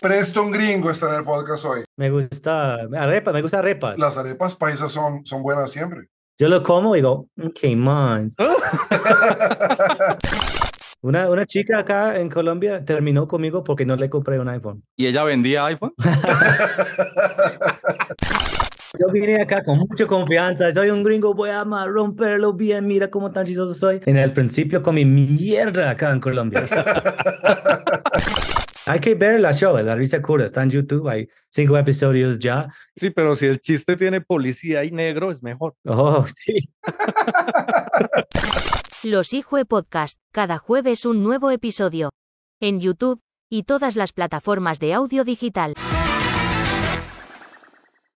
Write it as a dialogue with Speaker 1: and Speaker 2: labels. Speaker 1: Preston Gringo está en el podcast hoy.
Speaker 2: Me gusta arepa, me gusta arepas.
Speaker 1: Las arepas paisas son, son buenas siempre.
Speaker 2: Yo lo como y digo, ok, más. Una, una chica acá en Colombia terminó conmigo porque no le compré un iPhone.
Speaker 3: ¿Y ella vendía iPhone?
Speaker 2: Yo vine acá con mucha confianza. Soy un gringo, voy a ma- romperlo bien. Mira cómo tan chistoso soy. En el principio con mi mierda acá en Colombia. Hay que ver la show, La Risa Cura. Está en YouTube. Hay cinco episodios ya.
Speaker 3: Sí, pero si el chiste tiene policía y negro, es mejor.
Speaker 2: Oh, sí.
Speaker 4: Los Hijue Podcast, cada jueves un nuevo episodio. En YouTube, y todas las plataformas de audio digital.